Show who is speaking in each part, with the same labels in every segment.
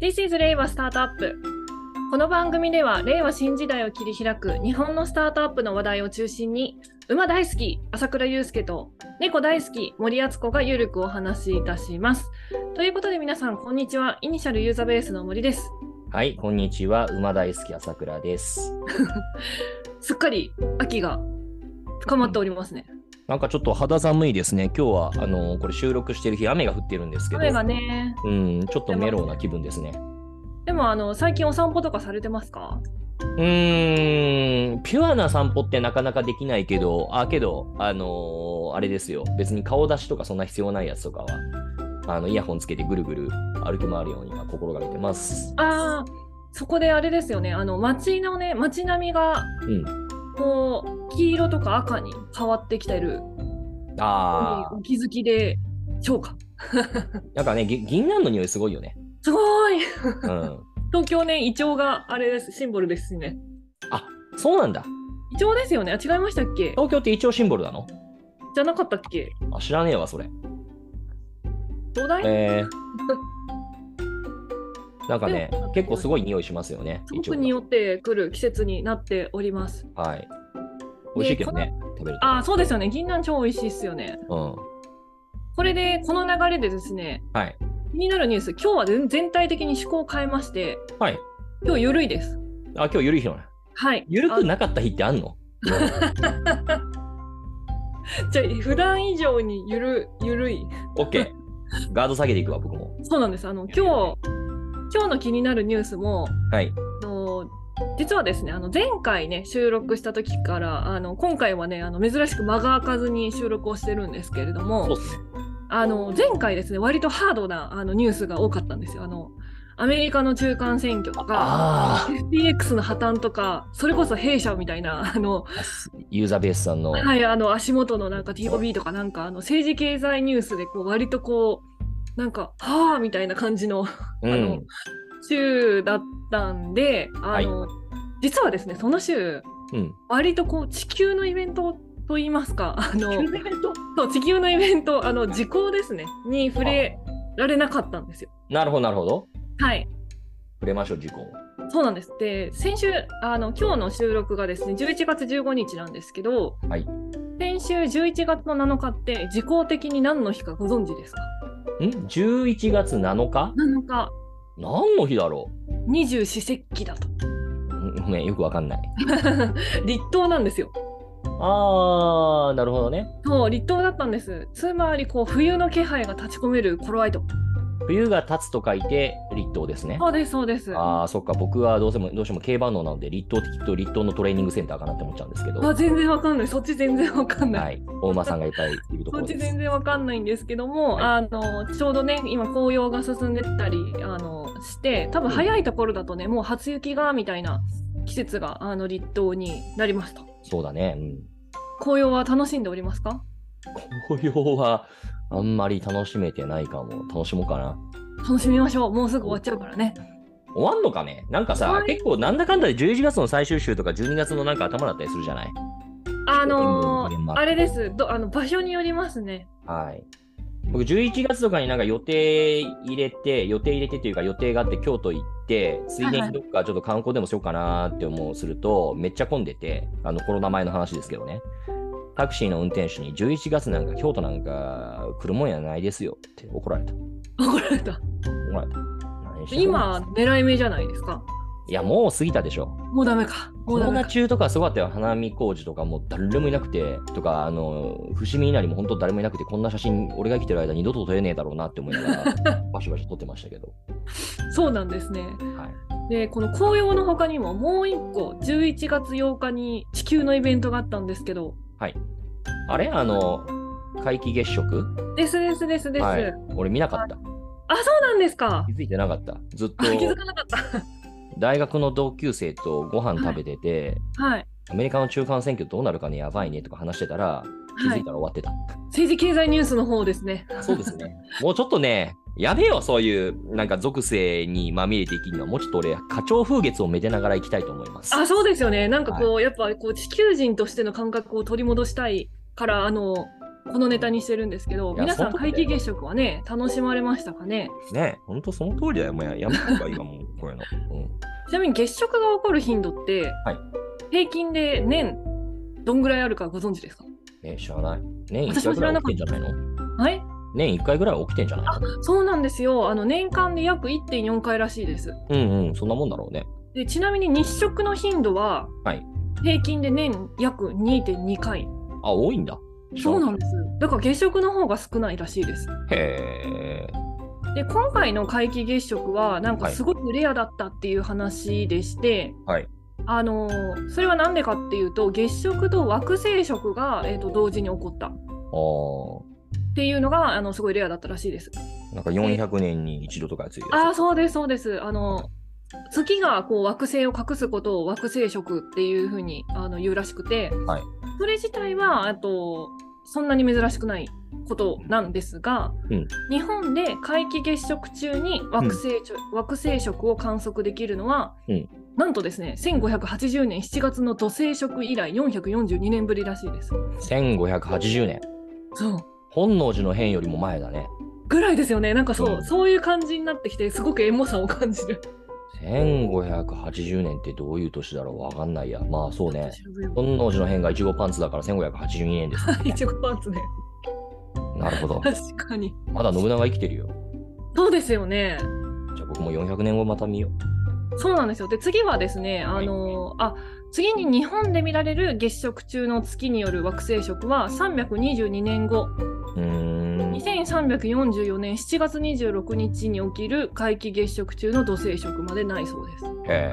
Speaker 1: This is 令和スタートアップこの番組では令和新時代を切り開く日本のスタートアップの話題を中心に馬大好き朝倉祐介と猫大好き森敦子がゆるくお話しいたしますということで皆さんこんにちはイニシャルユーザーベースの森です
Speaker 2: はい、こんにちは。馬大好き朝倉です。
Speaker 1: すっかり秋が深まっておりますね
Speaker 2: なんかちょっと肌寒いですね。今日は、あのこれ収録してる日、雨が降ってるんですけど、
Speaker 1: 雨がね
Speaker 2: うん、ちょっとメロウな気分ですね。
Speaker 1: でもあの最近お散歩とかされてますか
Speaker 2: うーん、ピュアな散歩ってなかなかできないけど、あ、けど、あのーあれですよ。別に顔出しとかそんな必要ないやつとかは、あの、イヤホンつけてぐるぐる歩き回るようには心がけてます。
Speaker 1: あーそこであれですよねあの街のね街並みが
Speaker 2: うん。
Speaker 1: もう黄色とか赤に変わってきてる
Speaker 2: あ
Speaker 1: お気づきでしょうか
Speaker 2: ー、なんかね、ぎ銀杏の匂いすごいよね。
Speaker 1: すごい
Speaker 2: うん。
Speaker 1: 東京ねイチョウがあれですシンボルですね
Speaker 2: あ、そうなんだ。
Speaker 1: イチョウですよねあ違いましたっけ
Speaker 2: 東京って一応シンボルなの
Speaker 1: じゃなかったっけ
Speaker 2: あ、知らねえわ、それ。
Speaker 1: 東大、
Speaker 2: えーなんかね
Speaker 1: でも、
Speaker 2: 結構すごい匂いしますよね。
Speaker 1: すご
Speaker 2: 一応
Speaker 1: く匂ってくる季節になっております
Speaker 2: はい。美味しいけどね、食べると。
Speaker 1: ああそうですよね銀杏超美味しいっすよね
Speaker 2: うん。
Speaker 1: これでこの流れでですね
Speaker 2: はい。
Speaker 1: 気になるニュース今日は全全体的に趣向を変えまして
Speaker 2: はい。
Speaker 1: 今日ゆるいです
Speaker 2: あ、今日ゆるい日なの。
Speaker 1: はい
Speaker 2: ゆるくなかった日ってあんの
Speaker 1: あじゃあ普段以上にゆるゆるい
Speaker 2: オッケー。ガード下げていくわ、僕も。
Speaker 1: そうなんですあの今日今日の気になるニュースも
Speaker 2: はい。
Speaker 1: あの実はですねあの前回ね収録した時からあの今回はねあの珍しく間が空かずに収録をしてるんですけれど
Speaker 2: そうっ
Speaker 1: も
Speaker 2: すね。
Speaker 1: あの前回ですね割とハードなあのニュースが多かったんですよ。あのアメリカの中間選挙とか
Speaker 2: あ
Speaker 1: FTX の破綻とかそれこそ弊社みたいなあの、
Speaker 2: あ、ユーザーベースさんの。
Speaker 1: はい、あの足元のなんか TOB とかなんかあの政治経済ニュースでこう割とこうなんかはあみたいな感じの
Speaker 2: う
Speaker 1: あの
Speaker 2: ん。
Speaker 1: 週だったんであの、実はですねその週
Speaker 2: うん。
Speaker 1: 割とこう地球のイベントと言いますかあの
Speaker 2: 地球のイベント
Speaker 1: そう地球のイベントあの時効ですねに触れられなかったんですよ。
Speaker 2: なるほど、なるほど。
Speaker 1: はい
Speaker 2: 触れましょう、事故。
Speaker 1: そうなんですで先週あの今日の収録がですね11月15日なんですけど、
Speaker 2: はい
Speaker 1: 先週11月の7日って時効的に何の日かご存知ですか
Speaker 2: ん ?11 月7日
Speaker 1: ?7 日
Speaker 2: 何の日だろ
Speaker 1: 二十四節気だと
Speaker 2: ううんごめん、よくわかんない。
Speaker 1: 立冬なんですよ。
Speaker 2: あー、なるほどね。
Speaker 1: そう立冬だったんですつまりこう冬の気配が立ち込める頃合いと
Speaker 2: 冬が立つと書いて立冬ですね。
Speaker 1: そうですそうですあ
Speaker 2: ああ、そっか、僕はどうせもどうしても競馬能なので、立冬って聞くと立冬のトレーニングセンターかなって思っちゃうんですけど、は
Speaker 1: 全然わかんないそっち全然わかんない、
Speaker 2: い、大馬さんがいっぱいいると
Speaker 1: そ
Speaker 2: こ
Speaker 1: っ
Speaker 2: ろ
Speaker 1: ち
Speaker 2: です
Speaker 1: 全。然わかんないんですけども、
Speaker 2: はい
Speaker 1: あのちょうどね今紅葉が進んでったりあのして多分早いところだとね、もう初雪がみたいな季節があの立冬になりますと
Speaker 2: そうだね、うん。
Speaker 1: 紅葉は楽しんでおりますか
Speaker 2: 紅葉はあんまり楽しめてないかも。楽しもうかな。
Speaker 1: 楽しみましょうもうすぐ終わっちゃうからね
Speaker 2: 終わんのかねなんかさ
Speaker 1: は、い
Speaker 2: 結構なんだかんだで11月の最終週とか12月のなんか頭だったりするじゃない
Speaker 1: あの
Speaker 2: うん
Speaker 1: あれですどあの場所によりますね
Speaker 2: はい。僕11月とかになんか予定入れて、予定入れてというか予定があって京都行って、ついでにどっかちょっと観光でもしようかなって思うすると、めっちゃ混んでて、あのコロナ前の話ですけどね。タクシーの運転手に11月なんか京都なんか来るもんやないですよって怒られた。怒
Speaker 1: 怒られ た
Speaker 2: られた。何してんの
Speaker 1: 今狙い目じゃないですか
Speaker 2: いやもう過ぎたでしょ。
Speaker 1: もうダメか。も
Speaker 2: コ
Speaker 1: うダ
Speaker 2: ロ
Speaker 1: メ
Speaker 2: ナ
Speaker 1: か。
Speaker 2: 中とかすごかったよ。花見工事とかもう誰もいなくて、とか、あの、伏見稲荷も本当誰もいなくて、こんな写真、俺が生きてる間二度と撮れねえだろうなって思いなが ら、バシバシ撮ってましたけど。
Speaker 1: そうなんですね。
Speaker 2: はい。
Speaker 1: で、この紅葉の他にももう一個、11月8日に地球のイベントがあったんですけど、
Speaker 2: あれあの、皆既月食
Speaker 1: ですですですです。
Speaker 2: はい。俺見なかった。
Speaker 1: あ、そうなんですか
Speaker 2: 気。づいてなかった。ずっと
Speaker 1: あ気づかなかっ
Speaker 2: 大学の同級生とご飯食べてて、
Speaker 1: た。はい。
Speaker 2: アメリカの中間選挙どうなるかね、やばいねとか話してたら、気
Speaker 1: は
Speaker 2: づ
Speaker 1: い
Speaker 2: い、たら終わってた。
Speaker 1: 政治経済ニュースの方ですね。
Speaker 2: そうですね。もうちょっとね、やめよ、そういう、なんか属性にまみれて生きるのは、もうちょっと俺、花鳥風月をめでながら生きたいと思います。
Speaker 1: あ、そうですよね。なんかこう、やっぱこう地球人としての感覚を取り戻したいから、あの、このネタにしてるんですけど
Speaker 2: いや
Speaker 1: 皆さん
Speaker 2: そうだ
Speaker 1: 皆
Speaker 2: よ
Speaker 1: 既月食はね楽しまれましたかね
Speaker 2: ね本当その通りだよ。もうややめた方がいいわ、もう、こういうの。うん
Speaker 1: ちなみに月食が起こる頻度って、
Speaker 2: はい
Speaker 1: 平均で年どんぐらいあるかご存知ですか
Speaker 2: え、知らない。年1
Speaker 1: 私も
Speaker 2: 回ぐ
Speaker 1: 知
Speaker 2: ら
Speaker 1: ら
Speaker 2: い起
Speaker 1: な
Speaker 2: きて
Speaker 1: か
Speaker 2: ん
Speaker 1: っ
Speaker 2: じゃ
Speaker 1: た
Speaker 2: ないの
Speaker 1: はい
Speaker 2: 年1回ぐらいは起きてんじゃないの
Speaker 1: そうなんですよあの年間で約1.4回らしいです
Speaker 2: うんうん、そんなもんだろうね。
Speaker 1: でちなみに日食の頻度は、
Speaker 2: はい
Speaker 1: 平均で年約2.2回
Speaker 2: あ、多いんだ。
Speaker 1: そうなんですだから月食の方が少ないらしいです
Speaker 2: へえ。
Speaker 1: で今回の皆既月食はなんか
Speaker 2: はい
Speaker 1: すごくレアだったっていう話でして、
Speaker 2: はい
Speaker 1: あのーそれは何でかっていうと月食と惑星食が、えー、と同時に起こったっ
Speaker 2: あー
Speaker 1: ていうのがあのすごいレアだったらしいです。
Speaker 2: なんか400年に一度とかやついるやつ
Speaker 1: ああそうですそうです。あの月がこう惑星を隠すことを惑星食っていうふうにあの言うらしくて、
Speaker 2: はい
Speaker 1: それ自体はあとそんなに珍しくないことなんですが、
Speaker 2: うん
Speaker 1: 日本で皆既月食中に惑星,、惑星食を観測できるのは、
Speaker 2: うん
Speaker 1: なんとですね1580年7月の土星食以来442年ぶりらしいです。
Speaker 2: 1580年。
Speaker 1: そう
Speaker 2: 本能寺の変よりも前だね。
Speaker 1: ぐらいですよねなんかそう、
Speaker 2: うん
Speaker 1: そういう感じになってきてすごくエモさを感じる。
Speaker 2: 1580年ってどういう年だろうわかんないや。まあそうね。本能寺の変がいちごパンツだから1582 年です。
Speaker 1: いちごパンツね。
Speaker 2: なるほど。
Speaker 1: 確かに。
Speaker 2: まだ信長生きてるよ。
Speaker 1: そうですよね。
Speaker 2: じゃあ僕も400年後また見よ
Speaker 1: そうなんですよ。で次はですね、
Speaker 2: は
Speaker 1: あ
Speaker 2: い
Speaker 1: のあ次に日本で見られる月食中の月による惑星食は322年後、
Speaker 2: う。うーん。
Speaker 1: 2344年7月26日に起きる皆既月食中の土星食までないそうです。
Speaker 2: へえ。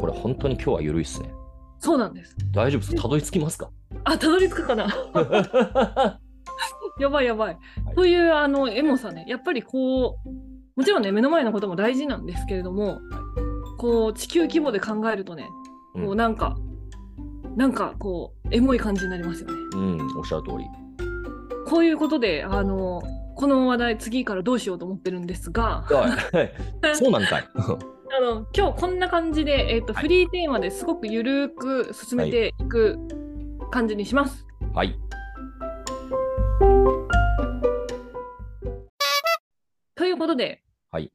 Speaker 2: これ本当に今日は緩いっすね。
Speaker 1: そうなんです。
Speaker 2: 大丈夫です。たどり着きま すか
Speaker 1: あたどり着くかな。 やばいやばい。
Speaker 2: はい
Speaker 1: というあのエモさねやっぱりこうもちろんね目の前のことも大事なんですけれどもこう地球規模で考えるとね
Speaker 2: うん
Speaker 1: こうなんか、なんかこうエモい感じになりますよね。
Speaker 2: うん、おっしゃる通り。
Speaker 1: こういうことであのこの話題次からどうしようと思ってるんですが
Speaker 2: はい。そうなんかい。
Speaker 1: あの今日こんな感じで、えっと
Speaker 2: はい
Speaker 1: フリーテーマですごくゆるく進めていく感じにします。
Speaker 2: はい。
Speaker 1: ということで、
Speaker 2: はい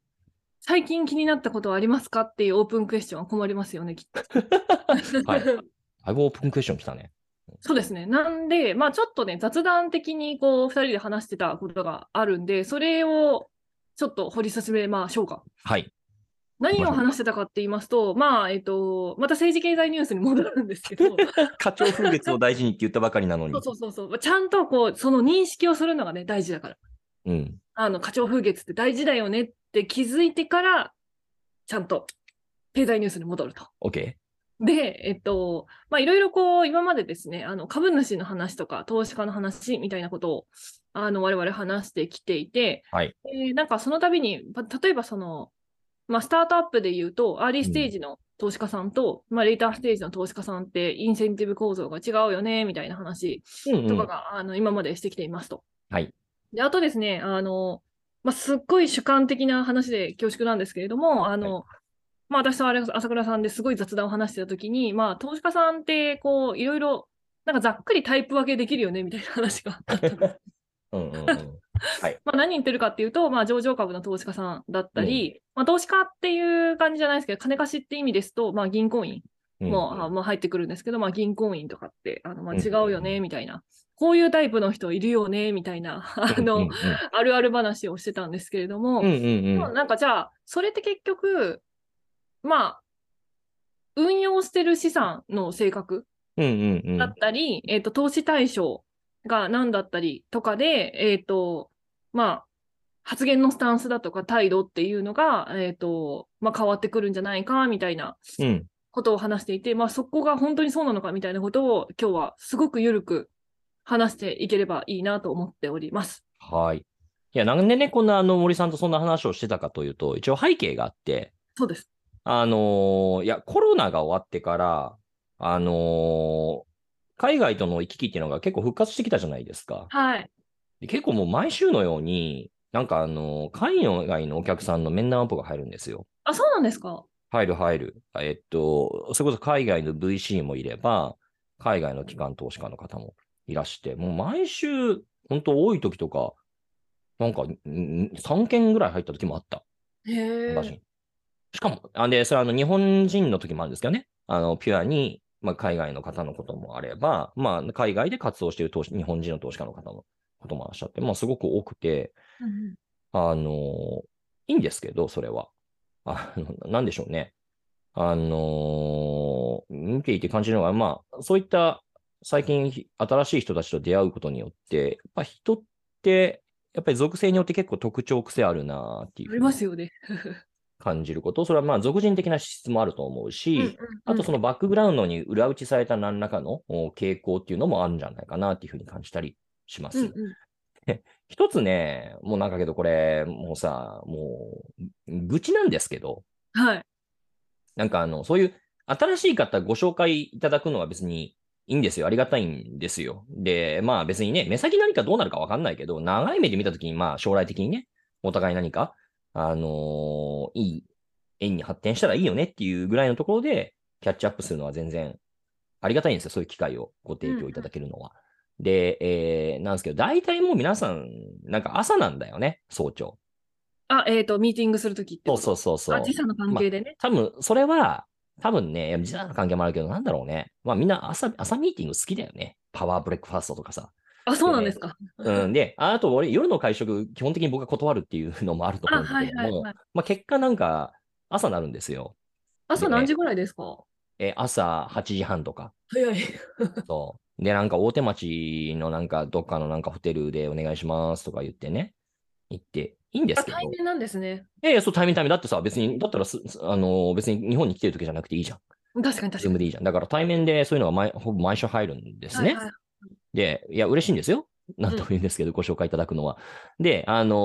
Speaker 1: 最近気になったことはありますかっていうオープンクエスチョンは困りますよねきっと。
Speaker 2: はい。だいぶオープンクエスチョン来たね。
Speaker 1: そうですね。なんで、まあちょっとね、雑談的にこう、二人で話してたことがあるんで、それをちょっと掘り進めましょうか。
Speaker 2: はい。
Speaker 1: 何を話してたかって言いますと、まあ、えっと、また政治経済ニュースに戻るんですけ ど、
Speaker 2: 課長風月を大事にって言ったばかりなのに
Speaker 1: そうそうそうそう、ちゃんとこう、その認識をするのがね、大事だから。
Speaker 2: うん。
Speaker 1: あの、課長風月って大事だよねって気づいてから、ちゃんと経済ニュースに戻ると。
Speaker 2: OK。
Speaker 1: で、えっと、まあ、いろいろこう、今までですね、あの、株主の話とか、投資家の話みたいなことを、あの、我々話してきていて、
Speaker 2: はい
Speaker 1: でなんかその度に、ば例えばその、まあ、スタートアップで言うと、アーリーステージの投資家さんと、まあ、レーターステージの投資家さんって、インセンティブ構造が違うよね、みたいな話
Speaker 2: うん
Speaker 1: とかが、あの今までしてきていますと。
Speaker 2: はい
Speaker 1: であとですね、あのまあ、すっごい主観的な話で恐縮なんですけれども、あのまあ、私とあれ朝倉さんですごい雑談を話してたときに、まあ、投資家さんってこういろいろなんかざっくりタイプ分けできるよねみたいな話があ ったんです
Speaker 2: うんうんうん。
Speaker 1: まあ何言ってるかっていうと、まあ、上場株の投資家さんだったり、まあ、投資家っていう感じじゃないですけど、金貸しって意味ですと、まあ、銀行員
Speaker 2: うん
Speaker 1: も,、あもう入ってくるんですけど、まあ、銀行員とかってあの、まあ、
Speaker 2: うん
Speaker 1: 違うよねみたいな、こういうタイプの人いるよねみたいなあ
Speaker 2: うん
Speaker 1: のあるある話をしてたんですけれども、
Speaker 2: うんうんうん
Speaker 1: まあなんかじゃあそれって結局まあ運用してる資産の性格
Speaker 2: うんうんうん
Speaker 1: だったり、えー、と投資対象が何だったりとかで、えーとまあ、発言のスタンスだとか態度っていうのが、えーとまあ、変わってくるんじゃないかみたいな
Speaker 2: うん
Speaker 1: ことを話していて、まあ、そこが本当にそうなのかみたいなことを今日はすごく緩く話していければいいなと思っております。
Speaker 2: はい。いや、なんでね、こんなあの森さんとそんな話をしてたかというと、一応背景があって、
Speaker 1: そうです。
Speaker 2: あのーいや、コロナが終わってから、あのー海外との行き来っていうのが結構復活してきたじゃないですか。
Speaker 1: はい。
Speaker 2: で結構もう毎週のように、なんかあのー海外のお客さんの面談アポが入るんですよ。
Speaker 1: あ、そうなんですか。
Speaker 2: 入る入る。えっと、それこそ海外の VC もいれば、海外の機関投資家の方もいらして、もう毎週、本当多い時とか、なんか、3件ぐらい入った時もあった。
Speaker 1: へ
Speaker 2: マ
Speaker 1: え。
Speaker 2: ジしかも、あで、それはあの日本人の時もあるんですけどね、あのピュアに、まあ、海外の方のこともあれば、まあ、海外で活動している投資日本人の投資家の方のこともいらっしゃって、まあ、すごく多くて、
Speaker 1: うん
Speaker 2: あの、いいんですけど、それは。あの、なんでしょうね。あの、見ていて感じるのが、まあ、そういった最近ひ新しい人たちと出会うことによって、やっぱ人って、やっぱり属性によって結構特徴癖あるなってい
Speaker 1: あ
Speaker 2: うふう
Speaker 1: り
Speaker 2: に
Speaker 1: ますよね。
Speaker 2: 感じること、それはまあ俗人的な資質もあると思うし、あとそのバックグラウンドに裏打ちされた何らかのお傾向っていうのもあるんじゃないかなっていうふうに感じたりします。
Speaker 1: うんうん
Speaker 2: 一つね、もうなんかけどこれ、もうさ、もう、愚痴なんですけど、
Speaker 1: はい。
Speaker 2: なんかあの、そういう新しい方ご紹介いただくのは別にいいんですよ。ありがたいんですよ。で、まあ別にね、目先何かどうなるかわかんないけど、長い目で見たときに、まあ将来的にね、お互い何か、あのーいい縁に発展したらいいよねっていうぐらいのところで、キャッチアップするのは全然ありがたいんですよ。そういう機会をご提供いただけるのは。で、えー、なんですけど、大体もう皆さん、なんか朝なんだよね、早朝。
Speaker 1: あ、えっと、ミーティングするときって
Speaker 2: そう
Speaker 1: こと。
Speaker 2: そうそうそう。
Speaker 1: あ、時差の関係でね。
Speaker 2: 多分、それは、多分ね、いや時差の関係もあるけど、なんだろうね。まあみんな朝、朝ミーティング好きだよね。パワーブレックファーストとかさ。
Speaker 1: あ、そうなんですか。
Speaker 2: うん。で、あと俺、夜の会食、基本的に僕は断るっていうのもあると思
Speaker 1: あ、
Speaker 2: うんだ
Speaker 1: は
Speaker 2: け
Speaker 1: い
Speaker 2: ど
Speaker 1: はい
Speaker 2: も、
Speaker 1: はい。
Speaker 2: まあ結果なんか、朝なるんですよ。
Speaker 1: 朝
Speaker 2: でね
Speaker 1: 何時ぐらいですか
Speaker 2: え、朝8時半とか。
Speaker 1: 早い。
Speaker 2: そう。で、なんか大手町のなんか、どっかのなんかホテルでお願いしますとか言ってね。行って、いいんで
Speaker 1: あ、
Speaker 2: すけど。
Speaker 1: 対面なんですね。
Speaker 2: ええ、そう、対面対面。だってさ、別に、だったらす、すあの別に日本に来てる時じゃなくていいじゃん。
Speaker 1: 確かに確
Speaker 2: ズ
Speaker 1: か
Speaker 2: ーム
Speaker 1: に。
Speaker 2: でいいじゃん。だから対面でそういうのが毎ほぼ毎週入るんですね。
Speaker 1: はいはい
Speaker 2: で、いや、嬉しいんですよ。なんとも言うんですけど、ご紹介いただくのは。で、あの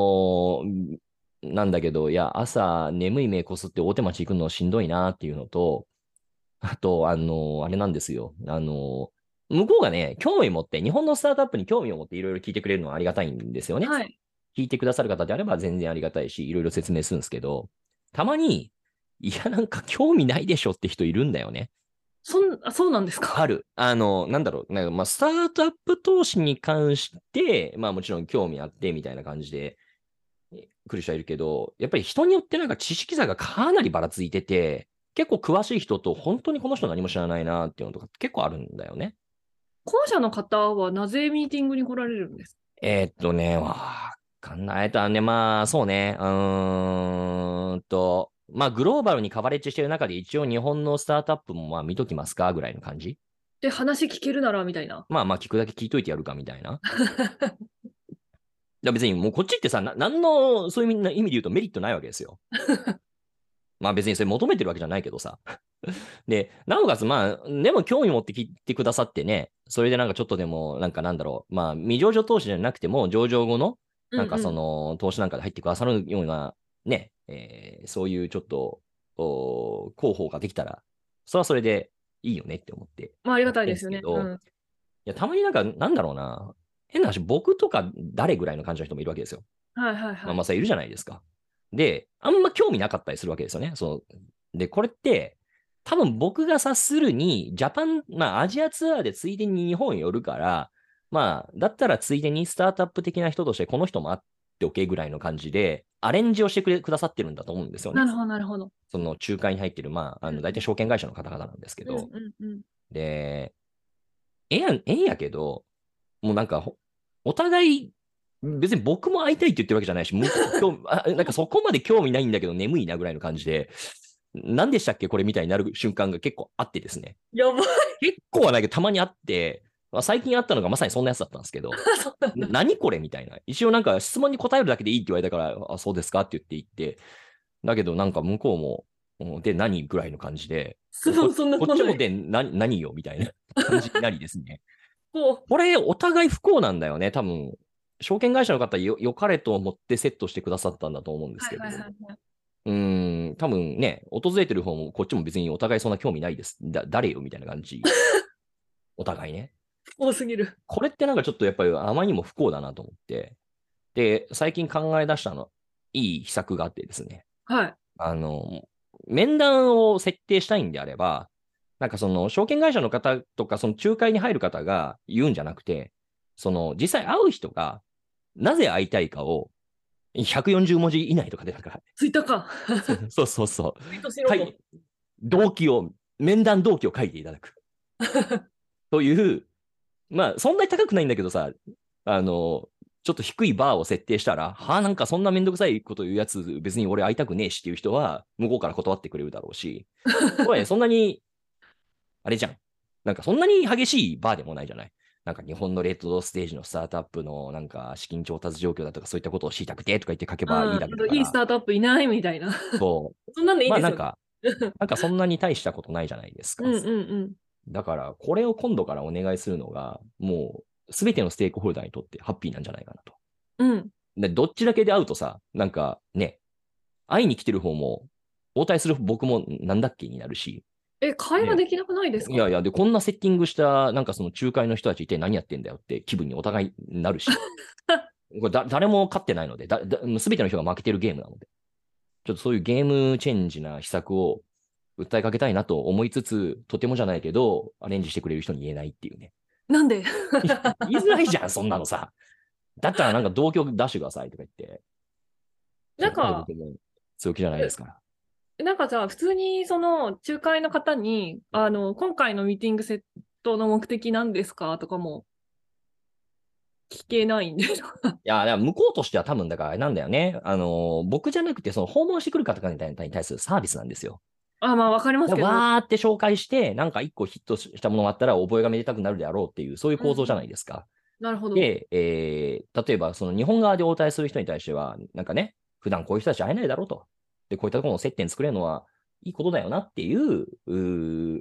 Speaker 2: ーなんだけど、いや、朝眠い目こすって大手町行くのしんどいなっていうのと、あと、あのーあれなんですよ。あのー向こうがね、興味持って、日本のスタートアップに興味を持っていろいろ聞いてくれるのはありがたいんですよね。
Speaker 1: はい。
Speaker 2: 聞いてくださる方であれば全然ありがたいし、いろいろ説明するんですけど、たまに、いや、なんか興味ないでしょって人いるんだよね。
Speaker 1: そんあそうなんですか。
Speaker 2: ある。あの、なんだろう、なんかまあ、スタートアップ投資に関して、まあもちろん興味あってみたいな感じでえ来る人はいるけど、やっぱり人によってなんか知識差がかなりばらついてて、結構詳しい人と本当にこの人何も知らないなっていうのとか結構あるんだよね。
Speaker 1: 後者の方はなぜミーティングに来られるんです
Speaker 2: えーっとね、わかんない。えっとね、まあそうね、うーんと、まあグローバルにカバレッジしてる中で一応日本のスタートアップもまあ見ときますかぐらいの感じ。
Speaker 1: で、話聞けるならみたいな。
Speaker 2: まあまあ聞くだけ聞いといてやるかみたい な。いや別にもうこっちってさ、な何のそういう意味意味で言うとメリットないわけですよ。 まあ別にそれ求めてるわけじゃないけどさ。 で、なおかつまあ、でも興味持って聞いてくださってね、それでなんかちょっとでも、なんかなんだろう、まあ未上場投資じゃなくても、上場後の、なんかそ
Speaker 1: の。
Speaker 2: の投資なんかで入ってくださるような、ね、えーそういうちょっと、お広報ができたら、それはそれでいいよねって思って。
Speaker 1: まあ、ありがたいですよね。
Speaker 2: ですけど
Speaker 1: うん
Speaker 2: いや、たまになんか、なんだろうな。変な話、僕とか誰ぐらいの感じの人もいるわけですよ。
Speaker 1: はいはい
Speaker 2: ま
Speaker 1: は
Speaker 2: あ、
Speaker 1: い。
Speaker 2: まさいるじゃないですか。で、あんま興味なかったりするわけですよね。そので、これって、多分僕が察するに、ジャパン、まあ、アジアツアーでついでに日本寄るから、まあ、だったらついでにスタートアップ的な人として、この人もあっておけぐらいの感じで、アレンジをしてくれくださってるんだと思うんですよ
Speaker 1: な。
Speaker 2: ね
Speaker 1: るほどなるほど。
Speaker 2: その仲介に入ってる、まあ、あの大体証券会社の方々なんですけ
Speaker 1: うん
Speaker 2: ど、
Speaker 1: うんうん
Speaker 2: で、ええやん、ええんやけど、もうなんかほ、お互い、別に僕も会いたいって言ってるわけじゃないし、向こう興味あなんかそこまで興味ないんだけど、眠いなぐらいの感じで、何でしたっけこれみたいになる瞬間が結構あってですね。
Speaker 1: やばい。
Speaker 2: 結構はないけど、たまにあって、まあ、最近あったのがまさにそんなやつだったんですけど、
Speaker 1: そうなん だ
Speaker 2: 何これみたいな。一応なんか質問に答えるだけでいいって言われたから、あ、そうですかって言って行って、だけどなんか向こうも、うんで、何ぐらいの感じで、
Speaker 1: 質問そんな
Speaker 2: こっち
Speaker 1: 来な
Speaker 2: も
Speaker 1: い
Speaker 2: で何何よみたいな感じになりですね。
Speaker 1: こ
Speaker 2: これ、お互い不幸なんだよね、多分証券会社の方よ、よかれと思ってセットしてくださったんだと思うんで
Speaker 1: う
Speaker 2: すけど、
Speaker 1: はいはいはいはいう
Speaker 2: ーん、多分ね、訪れてる方も、こっちも別にお互いそんな興味ないです。だ誰よみたいな感 じ。お互いね。
Speaker 1: 多すぎる。
Speaker 2: これってなんかちょっとやっぱりあまりにも不幸だなと思って、で、最近考え出したの、いい秘策があってですね、
Speaker 1: はい。
Speaker 2: あの、面談を設定したいんであれば、なんかその証券会社の方とか、その仲介に入る方が言うんじゃなくて、その実際会う人がなぜ会いたいかを140文字以内とかでなんか、
Speaker 1: ツイッターか。
Speaker 2: そうそうそ
Speaker 1: ツイートし
Speaker 2: う、
Speaker 1: ろと。
Speaker 2: はい、動機を、面談動機を書いていた だく。という、まあそんなに高くないんだけどさ、あの、ちょっと低いバーを設定したら、はあ、なんかそんなめんどくさいこと言うやつ、別に俺会いたくねえしっていう人は、向こうから断ってくれるだろ うし、とはいえそんなに、あれじゃん。なんかそんなに激しいバーでもないじゃない。なんか日本のレッドステージのスタートアップのなんか資金調達状況だとかそういったことを知りたくてとか言って書けばいいだけだか
Speaker 1: うん
Speaker 2: ら。
Speaker 1: いいスタートアップいないみたいな。
Speaker 2: そ
Speaker 1: そんなんで
Speaker 2: う。
Speaker 1: いいん
Speaker 2: まあ
Speaker 1: です
Speaker 2: な
Speaker 1: よ、
Speaker 2: ん か、なんかそんなに大したことないじゃないですか。
Speaker 1: うんうん
Speaker 2: だから、これを今度からお願いするのが、もう、すべてのステークホルダーにとってハッピーなんじゃないかなと。
Speaker 1: うん。うん。
Speaker 2: で、どっちだけで会うとさ、なんかね、会いに来てる方も、応対する僕もなんだっけになるし、
Speaker 1: え、会話できなくないですか、
Speaker 2: いやいや、で、こんなセッティングした、なんかその仲介の人たち一体何やってんだよって気分にお互い なるし、これだ誰も勝ってないので、だだ全ての人が負けてるゲームなので、ちょっとそういうゲームチェンジな施策を訴えかけたいなと思いつつ、とてもじゃないけど、アレンジしてくれる人に言えないっていうね。
Speaker 1: なんで
Speaker 2: 言いづらいじゃん、そんなのさ。だったらなんか同居出してくださいとか言って。
Speaker 1: なんか、
Speaker 2: 僕も強気じゃないですから。
Speaker 1: なんかじゃあ、普通にその仲介の方に、あの、今回のミーティングセットの目的なんですかとかも聞けないんですか
Speaker 2: いや、だから向こうとしては多分、だからあれなんだよね。あのー、僕じゃなくて、その訪問してくる方々に対するサービスなんですよ。
Speaker 1: あ、まあ、わかりますけど。
Speaker 2: わーって紹介して、なんか一個ヒットしたものがあったら覚えがめでたくなるであろうっていう、そういう構造じゃないですか。
Speaker 1: なるほど。
Speaker 2: で、えー例えば、その日本側で応対する人に対しては、なんかね、普段こういう人たち会えないだろうと。で、こういったところの接点作れるのはいいことだよなっていう、うー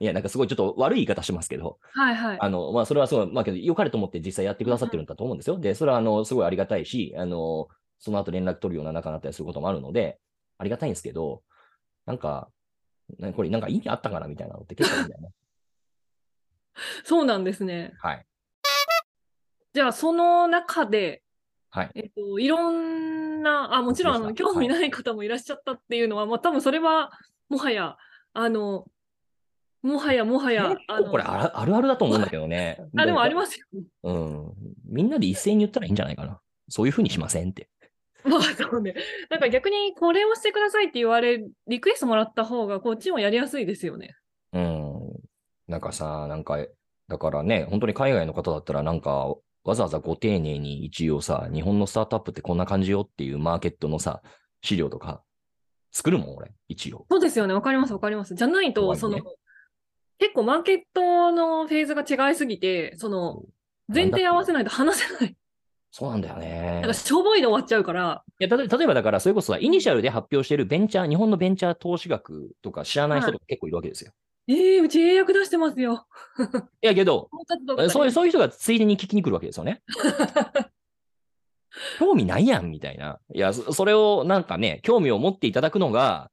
Speaker 2: いや、なんかすごいちょっと悪い言い方しますけど、
Speaker 1: はいはい。
Speaker 2: あの、まあ、それはすごい、まあ、けど、良かれと思って実際やってくださってるんだと思うんですよ。で、それは、あの、すごいありがたいし、あの、その後連絡取るような仲になったりすることもあるので、ありがたいんですけど、なんか、なこれ、なんか意味あったかなみたいなのって結構あるんだよ ね。
Speaker 1: そうなんですね。
Speaker 2: はい。
Speaker 1: じゃあ、その中で、
Speaker 2: はい
Speaker 1: えっと、いろんな、あ、もちろん、あ
Speaker 2: そう
Speaker 1: の、
Speaker 2: ですか
Speaker 1: 興味ない方もいらっしゃったっていうのは、まあ、多分それは、もはや、あの、もはやもはや、あ
Speaker 2: 結構
Speaker 1: の、
Speaker 2: これあら、あるあるだと思うんだけどね。
Speaker 1: あ、でもあり
Speaker 2: す。
Speaker 1: ますよ。
Speaker 2: うん。みんなで一斉に言ったらいいんじゃないかな。そういうふうにしませんって。
Speaker 1: まあ、そうね。なんか逆に、これをしてくださいって言われ、リクエストもらった方が、こっちもやりやすいですよね。
Speaker 2: うん。なんかさ、なんか、だからね、本当に海外の方だったら、なんか、わざわざご丁寧に一応さ、日本のスタートアップってこんな感じよっていうマーケットのさ、資料とか、作るもん、俺、一応。
Speaker 1: そうですよね。わかります、わかります。じゃないと、
Speaker 2: 怖いね
Speaker 1: その、結構マーケットのフェーズが違いすぎて、その、前提合わせないと話 せない。
Speaker 2: そうなんだよ
Speaker 1: な
Speaker 2: ね
Speaker 1: んか、。しょぼいで終わっちゃうから、
Speaker 2: いや、たと例えばだから、それこそさ、イニシャルで発表してるベンチャー、日本のベンチャー投資額とか知らない人とか結構いるわけですよ。
Speaker 1: ええうち英訳出してますよ。
Speaker 2: いやけど、
Speaker 1: もうちょっとどっか
Speaker 2: え
Speaker 1: で
Speaker 2: そういう、そういう人がついでに聞きに来るわけですよね。 興味ないやんみたいな。いや、そそれをなんかね、興味を持っていただくのが、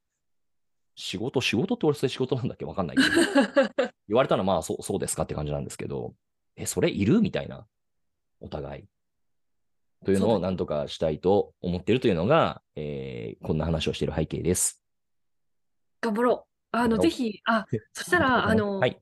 Speaker 2: 仕事、仕事って俺それ仕事なんだっけわかんないけど。 言われたらまあそう、そうですかって感じなんですけど、え、それいるみたいな。お互い。というの
Speaker 1: そう
Speaker 2: を
Speaker 1: だね
Speaker 2: なんとかしたいと思ってるというのが、えーこんな話をしている背景です。
Speaker 1: 頑張ろう。あの、
Speaker 2: 頑張ろう
Speaker 1: ぜひ、 あ、そしたら、あの、
Speaker 2: はい。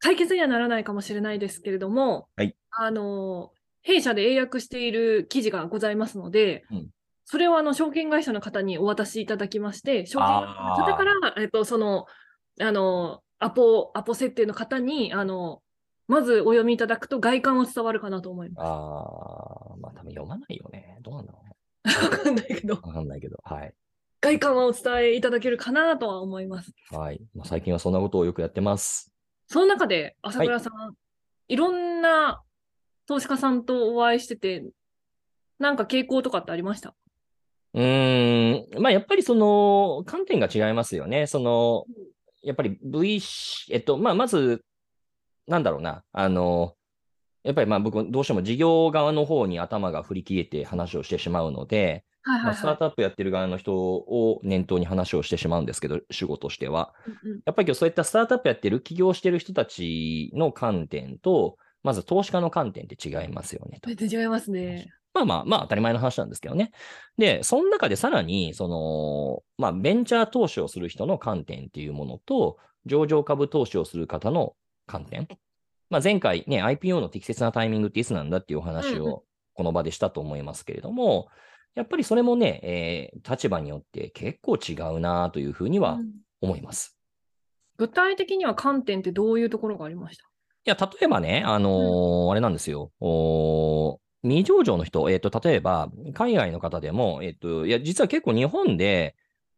Speaker 1: 解決にはならないかもしれないですけれども、
Speaker 2: はい
Speaker 1: あの、弊社で英訳している記事がございますので、
Speaker 2: うん
Speaker 1: それをあの証券会社の方にお渡しいただきまして、証券会社の方から、えっと、その、あの、アポ、アポ設定の方に、あの、まずお読みいただくと外観は伝わるかなと思いま
Speaker 2: あー、まあ多分読まないよね。どうなんだろうね。
Speaker 1: す。 わかんないけど、
Speaker 2: わかんないけど、はい。
Speaker 1: 外観はお伝えいただけるかなとは思います。
Speaker 2: はい。まあ、最近はそんなことをよくやってます。
Speaker 1: その中で、朝倉さん、い、ろんな投資家さんとお会いしてて、なんか傾向とかってありました
Speaker 2: うーん。まあ、やっぱりその、観点が違いますよね。その、やっぱり V、えっと、まあ、まず、なんだろうな。あの、やっぱりまあ僕、どうしても事業側の方に頭が振り切れて話をしてしまうので、
Speaker 1: はい
Speaker 2: ま
Speaker 1: は
Speaker 2: あ、
Speaker 1: い
Speaker 2: スタ
Speaker 1: は
Speaker 2: ー
Speaker 1: い。
Speaker 2: トアップやってる側の人を念頭に話をしてしまうんですけど、主語としては。
Speaker 1: うんうん
Speaker 2: やっぱり今日そういったスタートアップやってる、起業してる人たちの観点と、まず投資家の観点って違いますよねと。
Speaker 1: 全然違いますね。
Speaker 2: まあまあまあ当たり前の話なんですけどね。で、その中でさらに、その、まあベンチャー投資をする人の観点っていうものと、上場株投資をする方の観点。まあ、前回ね、IPO の適切なタイミングっていつなんだっていうお話
Speaker 1: うんう
Speaker 2: をこの場でしたと思いますけれども、やっぱりそれもね、えー立場によって結構違うなというふうには
Speaker 1: うん
Speaker 2: 思います。
Speaker 1: 具体的には観点ってどういうところがありました
Speaker 2: いや、例えばね、あのーあれなんですよ。おー未上場の人、えっ、と、例えば、海外の方でも、えっ、と、いや、実は結構日本で、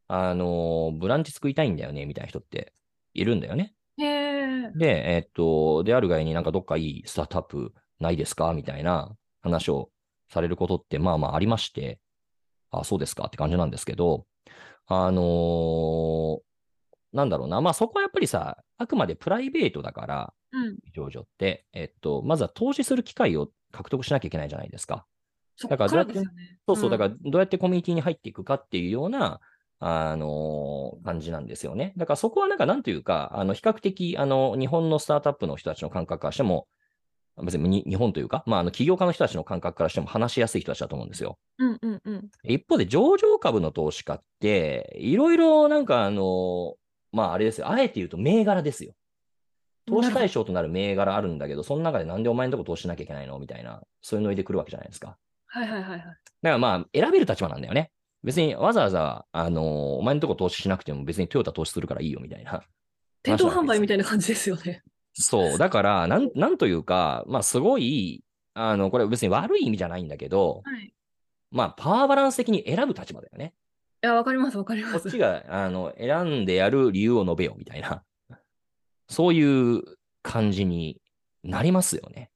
Speaker 2: あのーブランチ作りたいんだよね、みたいな人っているんだよね。
Speaker 1: へえ。
Speaker 2: で、えっと、であるがゆえになんかどっかいいスタートアップないですかみたいな話をされることってまあまあありまして、あ、そうですかって感じなんですけど、あのーなんだろうな、まあそこはやっぱりさ、あくまでプライベートだから、
Speaker 1: うん。
Speaker 2: 上場って、えっと、まずは投資する機会を獲得しなきゃいけないじゃないですか。
Speaker 1: そ
Speaker 2: だ
Speaker 1: っ
Speaker 2: か
Speaker 1: から
Speaker 2: どう
Speaker 1: ら
Speaker 2: や
Speaker 1: です
Speaker 2: って
Speaker 1: よね。
Speaker 2: そうそう、だから
Speaker 1: ん
Speaker 2: どうやってコミュニティに入っていくかっていうような、あのー感じなんですよね。だからそこはなんかなんというか、あの、比較的、あの、日本のスタートアップの人たちの感覚からしても、別にに日本というか、まあ、あの、起業家の人たちの感覚からしても話しやすい人たちだと思うんですよ。
Speaker 1: うんうんうん。
Speaker 2: 一方で、上場株の投資家って、いろいろなんかあのーまあ、あれですよ。あえて言うと銘柄ですよ。投資対象となる銘柄あるんだけど、その中でなんでお前のとこ投資しなきゃいけないのみたいな、そういうノリで来るわけじゃないですか。
Speaker 1: はいはいはいはい。
Speaker 2: だからまあ、選べる立場なんだよね。別にわざわざ、あのーお前のとこ投資しなくても別にトヨタ投資するからいいよみたいな。
Speaker 1: 店頭販売みたいな感じですよね。
Speaker 2: そう。だから、なん、なんというか、まあすごい、あの、これ別に悪い意味じゃないんだけど、
Speaker 1: はい。い
Speaker 2: まあパワーバランス的に選ぶ立場だよね。
Speaker 1: や、わかりますわかりま
Speaker 2: こっ
Speaker 1: す。
Speaker 2: ちが、あの、選んでやる理由を述べよみたいな。そういう感じになりますよね。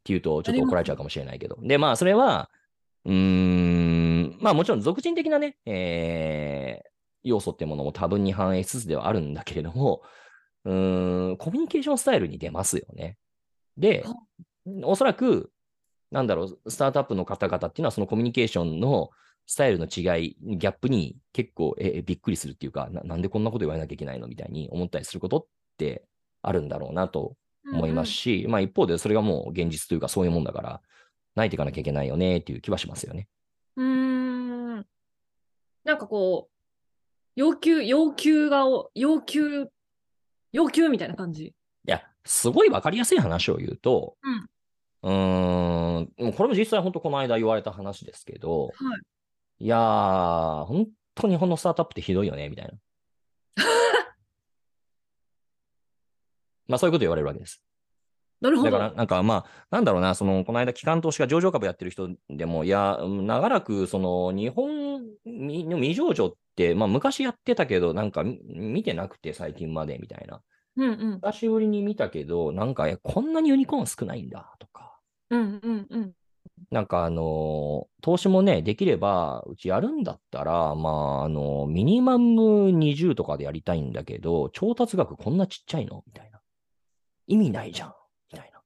Speaker 2: っていうと、ちょっと怒られちゃうかもしれないけど。で、まあ、それは、うーん、まあもちろん俗人的なね、えー要素ってものも多分に反映しつつではあるんだけれども、うーん、コミュニケーションスタイルに出ますよね。で
Speaker 1: は、
Speaker 2: おそらく、なんだろう、スタートアップの方々っていうのはそのコミュニケーションのスタイルの違い、ギャップに結構、え、えびっくりするっていうかな、なんでこんなこと言われなきゃいけないのみたいに思ったりすることってあるんだろうなと思いますし、まあ一方でそれがもう現実というかそういうもんだから、泣いていかなきゃいけないよねっていう気はしますよね。
Speaker 1: うんうん。うーん。なんかこう、要求、要求がお、要求、要求みたいな感じ。
Speaker 2: いや、すごいわかりやすい話を言うと、うーん、もうこれも実際本当この間言われた話ですけど、、
Speaker 1: はい
Speaker 2: やー、本当日本のスタートアップってひどいよね、みたいな。まあそういうこと言われるわけです。
Speaker 1: な るほ
Speaker 2: だ
Speaker 1: ど。
Speaker 2: から、なんかまあ、なんだろうな、その、この間、機関投資家、上場株やってる人でも、いや、うん長らく、その、日本みの未上場って、まあ、昔やってたけど、なんかみ、見てなくて、最近まで、みたいな。
Speaker 1: うんうん。
Speaker 2: 久しぶりに見たけど、なんか、えこんなにユニコーン少ないんだ、とか。
Speaker 1: うんうんうん。
Speaker 2: なんか、あのー投資もね、できれば、うちやるんだったら、まあ、あのーミニマム20とかでやりたいんだけど、調達額こんなちっちゃいのみたいな。意味ないじゃん、みたいな。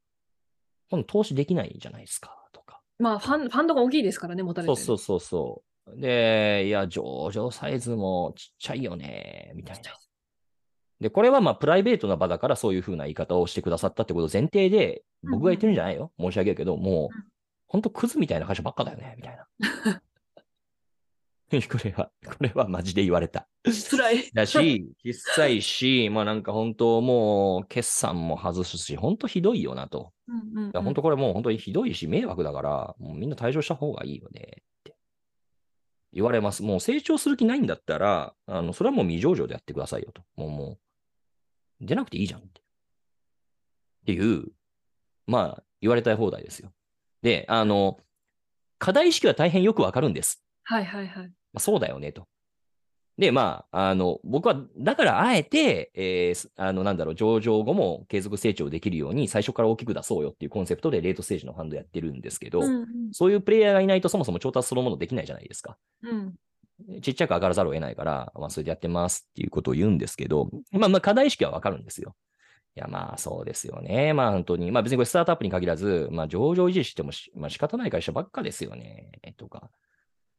Speaker 2: この投資できないじゃないですか、とか。
Speaker 1: まあ、ファン、ファンドが大きいですからね、持たれて
Speaker 2: そう
Speaker 1: る。
Speaker 2: そうそうそう。で、いや、上場サイズもちっちゃいよね、みたいな。で、これはまあ、プライベートな場だから、そういうふうな言い方をしてくださったってことを前提で、
Speaker 1: うんうん
Speaker 2: 僕が言ってるんじゃないよ。申し訳ないけど、も
Speaker 1: うん
Speaker 2: う、ほんとクズみたいな会社ばっかだよね、みたいな。 これは、これはマジで言われた。
Speaker 1: 辛い。
Speaker 2: だし、 小さいし、まあなんか本当もう、決算も外すし、本当ひどいよなと。
Speaker 1: うんうんうん
Speaker 2: いや、本当これもう本当にひどいし、迷惑だから、もうみんな退場した方がいいよねって言われます。もう成長する気ないんだったら、あの、それはもう未上場でやってくださいよと。もう、もう、出なくていいじゃんって。っていう、まあ、言われたい放題ですよ。で、あの、課題意識は大変よくわかるんです。
Speaker 1: はいはいはい。
Speaker 2: まあ、そうだよねと。で、まあ、あの、僕は、だからあえて、えーすあの、なんだろう、上場後も継続成長できるように、最初から大きく出そうよっていうコンセプトで、レートステージのファンドやってるんですけど、
Speaker 1: うんうん
Speaker 2: そういうプレイヤーがいないと、そもそも調達そのものできないじゃないですか。
Speaker 1: うん
Speaker 2: ちっちゃく上がらざるを得ないから、まあ、それでやってますっていうことを言うんですけど、まあ、まあ、課題意識はわかるんですよ。いや、まあ、そうですよね。まあ、本当に。まあ、別にこれスタートアップに限らず、まあ、上場維持してもし、まあ、仕方ない会社ばっかですよね。とか、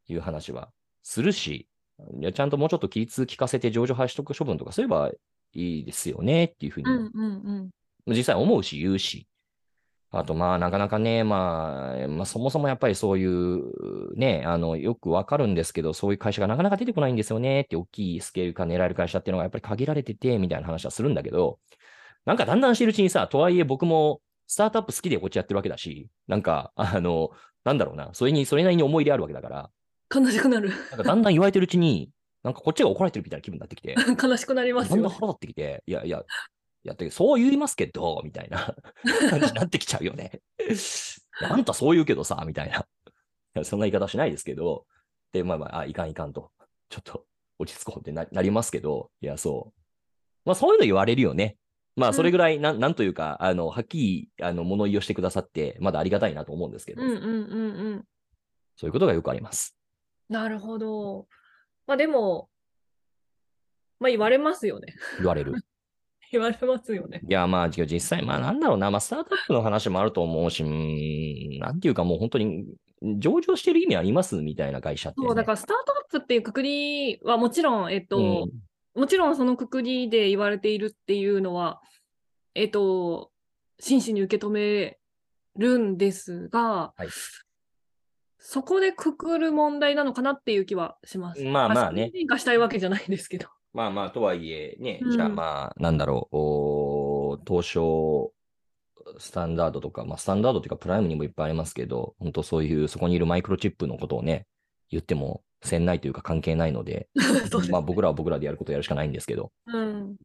Speaker 2: いう話はするし、いや、ちゃんともうちょっと規律聞かせて上場廃止処分とかすればいいですよね。っていうふうに
Speaker 1: うんうんうん。
Speaker 2: 実際思うし言うし、あと、まあ、なかなかね、まあ、まあ、そもそもやっぱりそういう、ね、あの、よくわかるんですけど、そういう会社がなかなか出てこないんですよね、って大きいスケール感狙える会社っていうのがやっぱり限られてて、みたいな話はするんだけど、なんかだんだんしてるうちにさ、とはいえ僕もスタートアップ好きでこっちやってるわけだし、なんか、あの、なんだろうな、それに、それなりに思い入れあるわけだから、
Speaker 1: 悲しくなる。
Speaker 2: なんかだんだん言われてるうちに、なんかこっちが怒られてるみたいな気分になってきて、
Speaker 1: 悲しくなります
Speaker 2: だんだ
Speaker 1: よ。
Speaker 2: ん腹立ってきて、いやいや、いやってそう言いますけど、みた いな感じになってきちゃうよね。いやあんたそう言うけどさ、みたいな。いやそんな言い方しないですけど、で、まあまあ、あ、いかんいかんと、ちょっと落ち着こうってななりますけど、いや、そう。まあ、そういうの言われるよね。まあ、それぐらい、なん、なんというか、あの、はっきり、あの、物言いをしてくださって、まだありがたいなと思うんですけど、
Speaker 1: うんうんうんうん。
Speaker 2: そういうことがよくあります。
Speaker 1: なるほど。まあでも、まあ言われますよね。
Speaker 2: 言われる。
Speaker 1: 言われますよね。
Speaker 2: いや、まあ、実際、まあ、なんだろうな、まあ、スタートアップの話もあると思うし、うーんなんていうか、もう本当に、上場してる意味ありますみたいな会社って、ね。
Speaker 1: そう、だからスタートアップっていうくくりはもちろん、えっと、
Speaker 2: うん
Speaker 1: もちろんそのくくりで言われているっていうのは、えっと、真摯に受け止めるんですが、
Speaker 2: はい
Speaker 1: そこでくくる問題なのかなっていう気はします。
Speaker 2: まあまあね
Speaker 1: 変化したいわけじゃないです けど。
Speaker 2: まあまあ、とはいえ、ね、
Speaker 1: うん
Speaker 2: じゃあまあ、なんだろう、おー東証スタンダードとか、まあ、スタンダードというか、プライムにもいっぱいありますけど、本当そういう、そこにいるマイクロチップのことをね、言っても、せんないというか関係ないので、
Speaker 1: そうです
Speaker 2: まあ、僕らは僕らでやることをやるしかないんですけど、
Speaker 1: うん。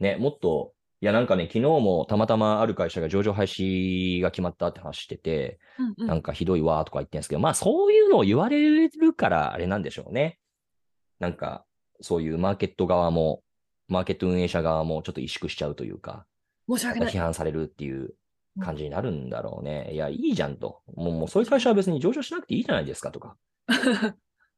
Speaker 2: ね、もっと、いや、なんかね、昨日もたまたまある会社が上場廃止が決まったって話してて、
Speaker 1: うんうん
Speaker 2: なんかひどいわーとか言ってんですけど、まあそういうのを言われるからあれなんでしょうね。なんか、そういうマーケット側も、マーケット運営者側もちょっと萎縮しちゃうというか、
Speaker 1: 申し訳ない
Speaker 2: 批。判されるっていう感じになるんだろうね。いや、いいじゃんと。もうもうそういう会社は別に上場しなくていいじゃないですかとか。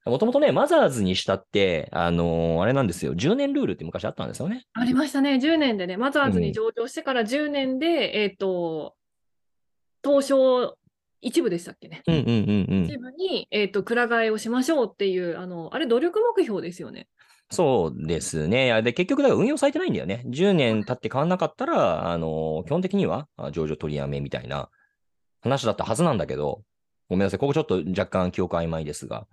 Speaker 2: もともとね、マザーズにしたって、あのーあれなんですよ。10年ルールって昔あったんですよね。
Speaker 1: ありましたね、10年でね、マザーズ
Speaker 2: う
Speaker 1: に
Speaker 2: ん
Speaker 1: 上場してから10年で、えっ、と、東証一部でしたっけね。
Speaker 2: うんうんうんうん
Speaker 1: 一。部に、えっ、と、くら替えをしましょうっていう、あの、あれ、努力目標ですよね。
Speaker 2: そうですね。いやで、結局、だから運用されてないんだよね。10年経って変わんなかったら、あのー基本的にはあ上場取りやめみたいな話だったはずなんだけど、ごめんなさい。ここちょっと若干記憶曖昧ですが、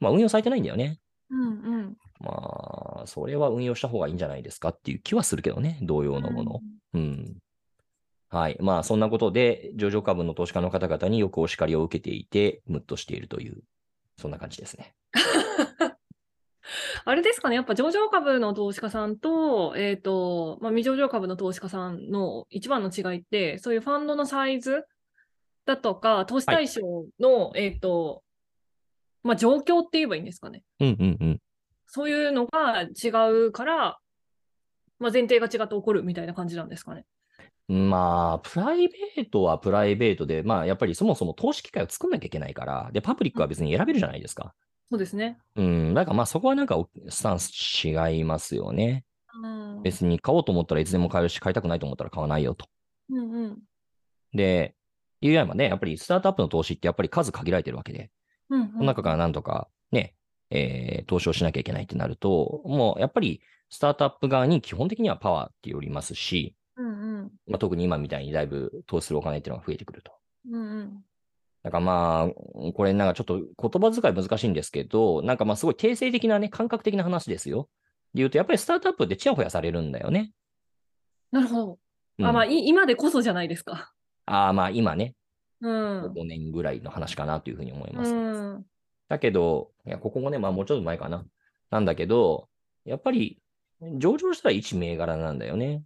Speaker 2: まあ、運用されてないんだよね。
Speaker 1: うんうん。
Speaker 2: まあ、それは運用した方がいいんじゃないですかっていう気はするけどね。同様のもの。うん。はい。まあ、そんなことで、上場株の投資家の方々によくお叱りを受けていて、ムッとしているという、そんな感じですね。
Speaker 1: あれですかね、やっぱ上場株の投資家さんと、えっ、と、まあ、未上場株の投資家さんの一番の違いって、そういうファンドのサイズだとか、投資対象の、えっ、と、まあ、状況って言えばいいんですかね。
Speaker 2: うんうんうん。
Speaker 1: そういうのが違うから、まあ、前提が違って起こるみたいな感じなんですかね。
Speaker 2: まあ、プライベートはプライベートで、まあ、やっぱりそもそも投資機会を作んなきゃいけないから、で、パブリックは別に選べるじゃないですか。
Speaker 1: そうですね。
Speaker 2: うん、だからまあ、そこはなんかお、スタンス違いますよね。
Speaker 1: うん。
Speaker 2: 別に買おうと思ったらいつでも買えるし、買いたくないと思ったら買わないよと。
Speaker 1: うんうん。
Speaker 2: で、いうよりもね、やっぱりスタートアップの投資ってやっぱり数限られてるわけで、
Speaker 1: うん
Speaker 2: その中からなんとかね、えー投資をしなきゃいけないってなると、もうやっぱりスタートアップ側に基本的にはパワーってよりますし、
Speaker 1: うんうん。
Speaker 2: まあ、特に今みたいにだいぶ投資するお金っていうのが増えてくると。
Speaker 1: うんうん。
Speaker 2: なんかまあ、これなんかちょっと言葉遣い難しいんですけど、なんかまあすごい定性的なね、感覚的な話ですよ。で言うと、やっぱりスタートアップってちやほやされるんだよね。
Speaker 1: なるほど。
Speaker 2: うん
Speaker 1: あ、まあ、い今でこそじゃないですか。
Speaker 2: あーまあ今ね、
Speaker 1: うん。
Speaker 2: 5年ぐらいの話かなというふうに思います。
Speaker 1: うん。
Speaker 2: だけど、いや、ここもね、まあもうちょっと前かな。なんだけど、やっぱり上場したら一銘柄なんだよね。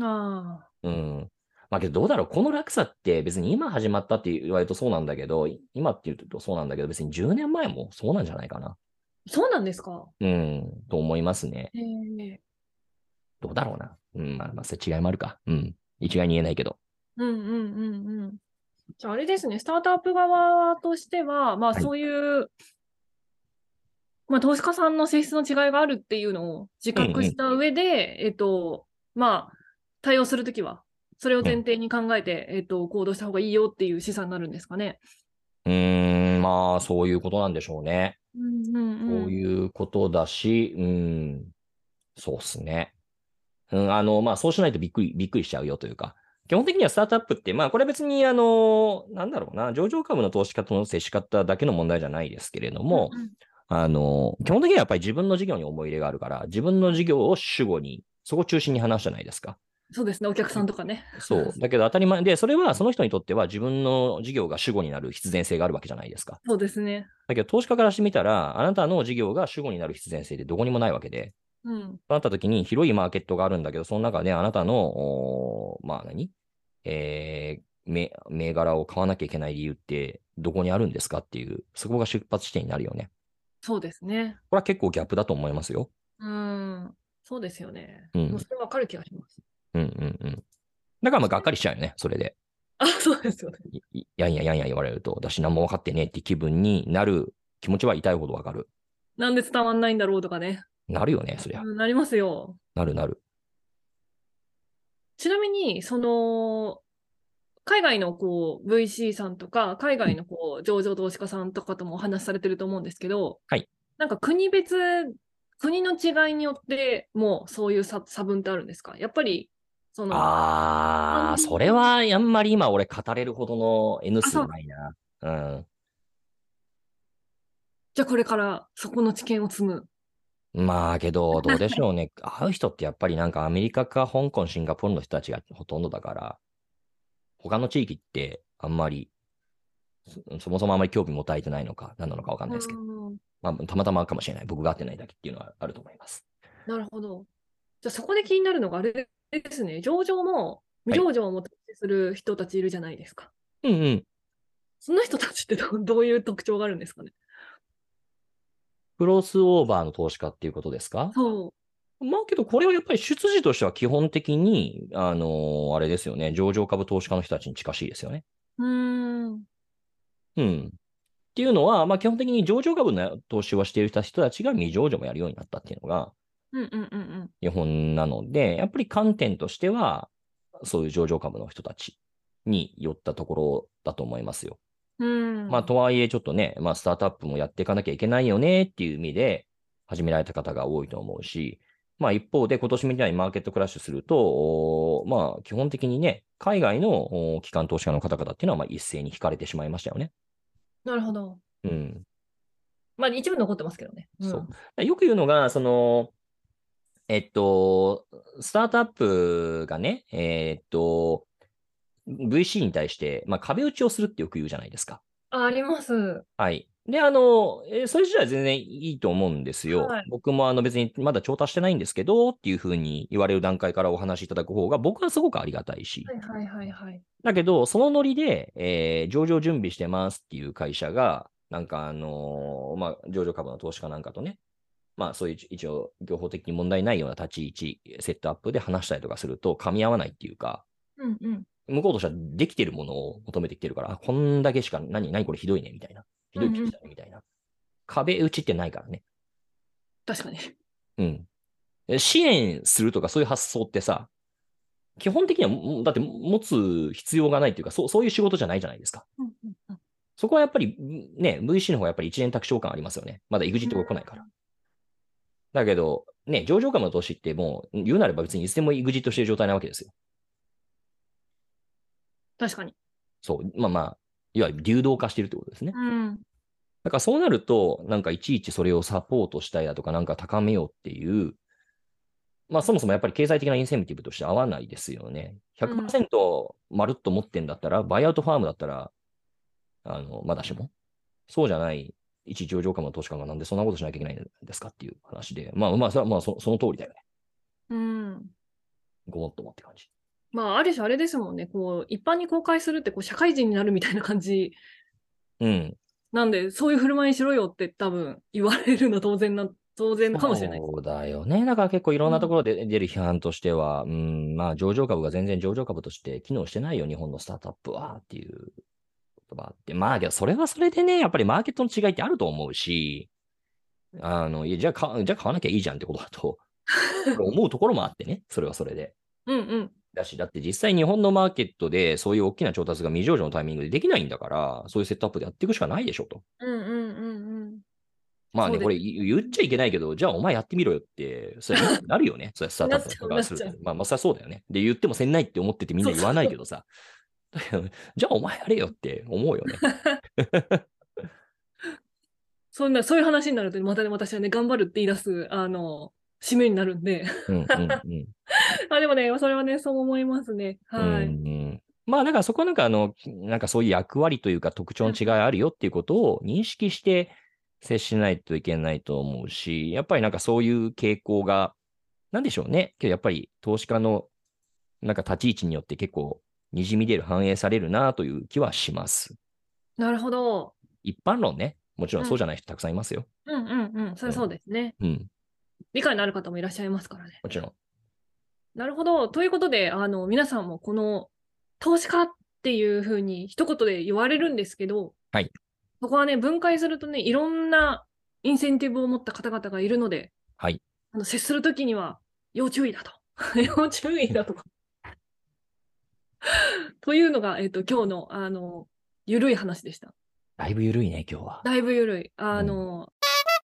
Speaker 1: ああ。
Speaker 2: うん。まあけどどうだろう、この落差って別に今始まったって言われるとそうなんだけど、今って言うとそうなんだけど、別に10年前もそうなんじゃないかな。
Speaker 1: そうなんですか。
Speaker 2: うん、と思いますね。
Speaker 1: へえ。
Speaker 2: どうだろうな。うん、まあ、まあ、それ違いもあるか。うん。一概に言えないけど。
Speaker 1: うんうんうんうん。じゃあ、あれですね、スタートアップ側としては、まあ、
Speaker 2: はい
Speaker 1: そういう、まあ、投資家さんの性質の違いがあるっていうのを自覚した上で、えっと、まあ、対応するときは、それを前提に考えて、えっと、行動した方がいいよっていう示唆になるんですかね。
Speaker 2: うーん、まあ、そういうことなんでしょうね。
Speaker 1: うんうんうん。
Speaker 2: そういうことだし、うん、そうっすね。うん、あの、まあ、そうしないとびっくり、びっくりしちゃうよというか、基本的にはスタートアップって、まあ、これ別に、あの、なんだろうな、上場株の投資家との接し方だけの問題じゃないですけれども、
Speaker 1: うんうん
Speaker 2: あの、基本的にはやっぱり自分の事業に思い入れがあるから、自分の事業を主語に、そこを中心に話すじゃないですか。
Speaker 1: そうですね、お客さんとかね。
Speaker 2: そう。だけど当たり前で、それはその人にとっては自分の事業が主語になる必然性があるわけじゃないですか。
Speaker 1: そうですね。
Speaker 2: だけど投資家からしてみたら、あなたの事業が主語になる必然性ってどこにもないわけで、
Speaker 1: うん。
Speaker 2: そうなった時に広いマーケットがあるんだけど、その中であなたの、おーまあ何えー、銘銘柄を買わなきゃいけない理由ってどこにあるんですかっていう、そこが出発地点になるよね。
Speaker 1: そうですね。
Speaker 2: これは結構ギャップだと思いますよ。
Speaker 1: うん。そうですよね。
Speaker 2: うん
Speaker 1: もうそれわかる気がします。
Speaker 2: うんうんうん。だからまあがっかりしちゃうよね、それで。
Speaker 1: あ、そうですよね。
Speaker 2: いいやんややんや言われると、私何も分かってねえって気分になる気持ちは痛いほど分かる。
Speaker 1: なんで伝わんないんだろうとかね。
Speaker 2: なるよね、そりゃ。
Speaker 1: うんなりますよ。
Speaker 2: なるなる。
Speaker 1: ちなみに、その、海外のこう VC さんとか、海外のこう上場投資家さんとかともお話しされてると思うんですけど、
Speaker 2: はい
Speaker 1: なんか国別、国の違いによって、もうそういう差差分ってあるんですかやっぱり、その、
Speaker 2: あ
Speaker 1: あ
Speaker 2: ー、それはあんまり今俺語れるほどの N 数ないな。うん。
Speaker 1: じゃあこれからそこの知見を積む。
Speaker 2: まあけ ど、どうでしょうね。会う人ってやっぱりなんかアメリカか香港、シンガポールの人たちがほとんどだから、他の地域ってあんまり、そそもそもあんまり興味持たれてないのか、何なのかわかんないですけど、
Speaker 1: うん
Speaker 2: まあたまたまかもしれない。僕が合ってないだけっていうのはあると思います。
Speaker 1: なるほど。じゃあそこで気になるのがあれですね、上場も
Speaker 2: は
Speaker 1: 無
Speaker 2: い
Speaker 1: 上場も投資する人たちいるじゃないですか。
Speaker 2: うんうん。
Speaker 1: その人たちってどどう いう特徴があるんですかね。
Speaker 2: クロスオーバーの投資家っていうことですか
Speaker 1: そう。
Speaker 2: まあけど、これはやっぱり出自としては基本的に、あのーあれですよね、上場株投資家の人たちに近しいですよね。
Speaker 1: うーん。
Speaker 2: うん。っていうのは、まあ基本的に上場株の投資をしている人たちが未上場もやるようになったっていうのが
Speaker 1: うんうんうんうん。
Speaker 2: 基本なので、やっぱり観点としては、そういう上場株の人たちに寄ったところだと思いますよ。
Speaker 1: うん
Speaker 2: まあ、とはいえ、ちょっとね、まあ、スタートアップもやっていかなきゃいけないよねっていう意味で、始められた方が多いと思うし、まあ、一方で、今年みたいにマーケットクラッシュすると、おーまあ、基本的にね、海外のおー機関投資家の方々っていうのは、まあ、一斉に引かれてしまいましたよね。
Speaker 1: なるほど。
Speaker 2: うん。
Speaker 1: まあ、一部残ってますけどね。
Speaker 2: そうよく言うのが、その、えっと、スタートアップがね、えーっと、VC に対して、まあ、壁打ちをするってよく言うじゃないですか。
Speaker 1: あ、あります。
Speaker 2: はい。で、あの、えーそれ自体は全然いいと思うんですよ。
Speaker 1: はい
Speaker 2: 僕もあの別にまだ調達してないんですけどっていうふうに言われる段階からお話しいただく方が僕はすごくありがたいし。
Speaker 1: はいはいはいはい。
Speaker 2: だけど、そのノリで、えー上場準備してますっていう会社が、なんかあのーまあ、上場株の投資家なんかとね、まあそういう一応、業法的に問題ないような立ち位置、セットアップで話したりとかすると噛み合わないっていうか、
Speaker 1: うんうん。
Speaker 2: 向こうとしてはできてるものを求めてきてるから、あこんだけしか、何、何これひどいね、みたいな。ひどい記事だね、みたいな。壁打ちってないからね。
Speaker 1: 確かに。
Speaker 2: うん。え支援するとかそういう発想ってさ、基本的にはも、だって持つ必要がないっていうか、そうそういう仕事じゃないじゃないですか。
Speaker 1: うんうんうん
Speaker 2: そこはやっぱり、ね、VC の方がやっぱり一連卓勝感ありますよね。まだ EXIT が来ないから。だけど、ね、上場株の投資ってもう、言うなれば別にいつでも EXIT してる状態なわけですよ。
Speaker 1: 確かに。
Speaker 2: そう。まあまあ、いわゆる流動化してるってことですね。
Speaker 1: うん。
Speaker 2: だからそうなると、なんかいちいちそれをサポートしたいだとか、なんか高めようっていう、まあそもそもやっぱり経済的なインセンティブとして合わないですよね。
Speaker 1: うん
Speaker 2: 100%まるっと持ってんだったら、バイアウトファームだったら、あの、まだしも。そうじゃない、一上場株の投資家がなんでそんなことしなきゃいけないんですかっていう話で、まあまあ、それはまあそその通りだよね。
Speaker 1: うん。
Speaker 2: ごもっともって感じ。
Speaker 1: まあ、ある種あれですもんね。こう、一般に公開するって、こう、社会人になるみたいな感じ
Speaker 2: うん。
Speaker 1: なんで、そういう振る舞いしろよって多分言われるの当然な、当然かもしれない。
Speaker 2: そうだよね。だから結構いろんなところで出る批判としては、うん、まあ上場株が全然上場株として機能してないよ、日本のスタートアップはっていう言葉あって。まあけど、それはそれでね、やっぱりマーケットの違いってあると思うし、あの、いやじゃあか、じゃあ買わなきゃいいじゃんってことだ と思うところもあってね、それはそれで。
Speaker 1: うんうん。
Speaker 2: だし、だって実際日本のマーケットでそういう大きな調達が未上場のタイミングでできないんだから、そういうセットアップでやっていくしかないでしょと。
Speaker 1: うんうんうんうん。
Speaker 2: まあ
Speaker 1: そう
Speaker 2: ね、
Speaker 1: です
Speaker 2: これい言っちゃいけないけど、じゃあお前やってみろよって、そ れなるよね、それスタートアップと
Speaker 1: な
Speaker 2: か
Speaker 1: っちゃ
Speaker 2: す
Speaker 1: うなっ
Speaker 2: る
Speaker 1: ち
Speaker 2: と。まあ、まさそうだよね。で、言ってもせんないって思っててみんな言わないけどさ。だけど、 じゃあお前やれよって思うよね。
Speaker 1: そんな、そういう話になると、またね、私はね、頑張るって言い出す、あの、締めになるんで。
Speaker 2: うんうんうん。
Speaker 1: あ、でもね、それはね、そう思いますね。はい。
Speaker 2: うんうんまあだからそこはなんかあの、なんかそういう役割というか特徴の違いあるよっていうことを認識して接しないといけないと思うし、やっぱりなんかそういう傾向が、なんでしょうね。けどやっぱり投資家のなんか立ち位置によって結構にじみ出る反映されるなという気はします。
Speaker 1: なるほど。
Speaker 2: 一般論ね。もちろんそうじゃない人たくさんいますよ。
Speaker 1: うんうんうん。それそうですね。
Speaker 2: うん。
Speaker 1: 理解のある方もいらっしゃいますからね。
Speaker 2: もちろん。
Speaker 1: なるほど。ということで、あの、皆さんもこの投資家っていうふうに一言で言われるんですけど、
Speaker 2: はい。
Speaker 1: そこはね、分解するとね、いろんなインセンティブを持った方々がいるので、
Speaker 2: はい。
Speaker 1: あの接するときには要注意だと。 要注意だと か。というのが、えっ、と、今日の、あの、ゆるい話でした。
Speaker 2: だいぶ緩いね、今日は。
Speaker 1: だいぶゆるい。あの、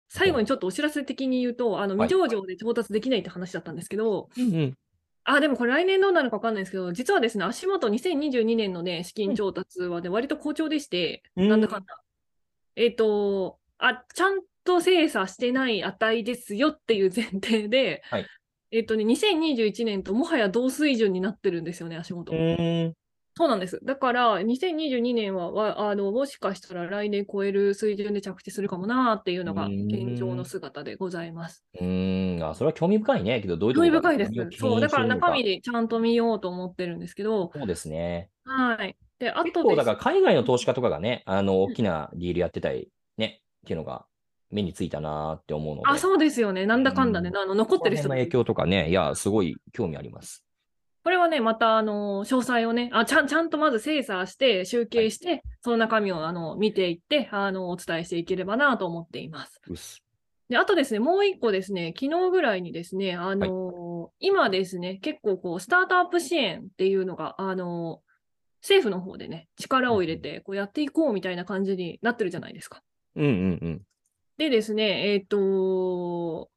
Speaker 1: 最後にちょっとお知らせ的に言うと、あの、
Speaker 2: はい
Speaker 1: 未上場で調達できないって話だったんですけど、
Speaker 2: うんうん。
Speaker 1: あ、でもこれ来年どうなるかわかんないですけど、実はですね、足元2022年のね、資金調達はね、割と好調でして、
Speaker 2: うん
Speaker 1: なんだかんだ。えっ、と、あ、ちゃんと精査してない値ですよっていう前提で、
Speaker 2: はい
Speaker 1: えっとね、2021年ともはや同水準になってるんですよね、足元。
Speaker 2: うん。
Speaker 1: そうなんです。だから、2022年は、わあの、もしかしたら来年超える水準で着地するかもなーっていうのが現状の姿でございます。
Speaker 2: うん。あ、それは興味深いね。けど、どういうと
Speaker 1: 興
Speaker 2: こ
Speaker 1: 味
Speaker 2: ろが
Speaker 1: 深いです
Speaker 2: 興味を。牽
Speaker 1: そう、
Speaker 2: 引
Speaker 1: だから
Speaker 2: してるの
Speaker 1: 中身でちゃんと見ようと思ってるんですけど、
Speaker 2: そうですね。
Speaker 1: はい。で、あ
Speaker 2: 結
Speaker 1: と
Speaker 2: 構
Speaker 1: で
Speaker 2: だ
Speaker 1: す
Speaker 2: から海外の投資家とかがね、あの
Speaker 1: ん
Speaker 2: 大きなディールやってたりね、っていうのが目についたなーって思うので、
Speaker 1: あ、そうですよね。なんだかんだね。
Speaker 2: う
Speaker 1: あの残ってる人
Speaker 2: この辺の影響とかね、いや、すごい興味あります。
Speaker 1: これはね、また、あの、詳細をねあちゃん、ちゃんとまず精査して、集計して、その中身をあの見ていってあの、お伝えしていければなと思っています。
Speaker 2: うっす。
Speaker 1: で、あとですね、もう一個ですね、昨日ぐらいにですね、あの、今ですね、結構こう、スタートアップ支援っていうのが、あの、政府の方でね、力を入れて、こうやっていこうみたいな感じになってるじゃないですか。
Speaker 2: うんうん
Speaker 1: でですね、えっ、と、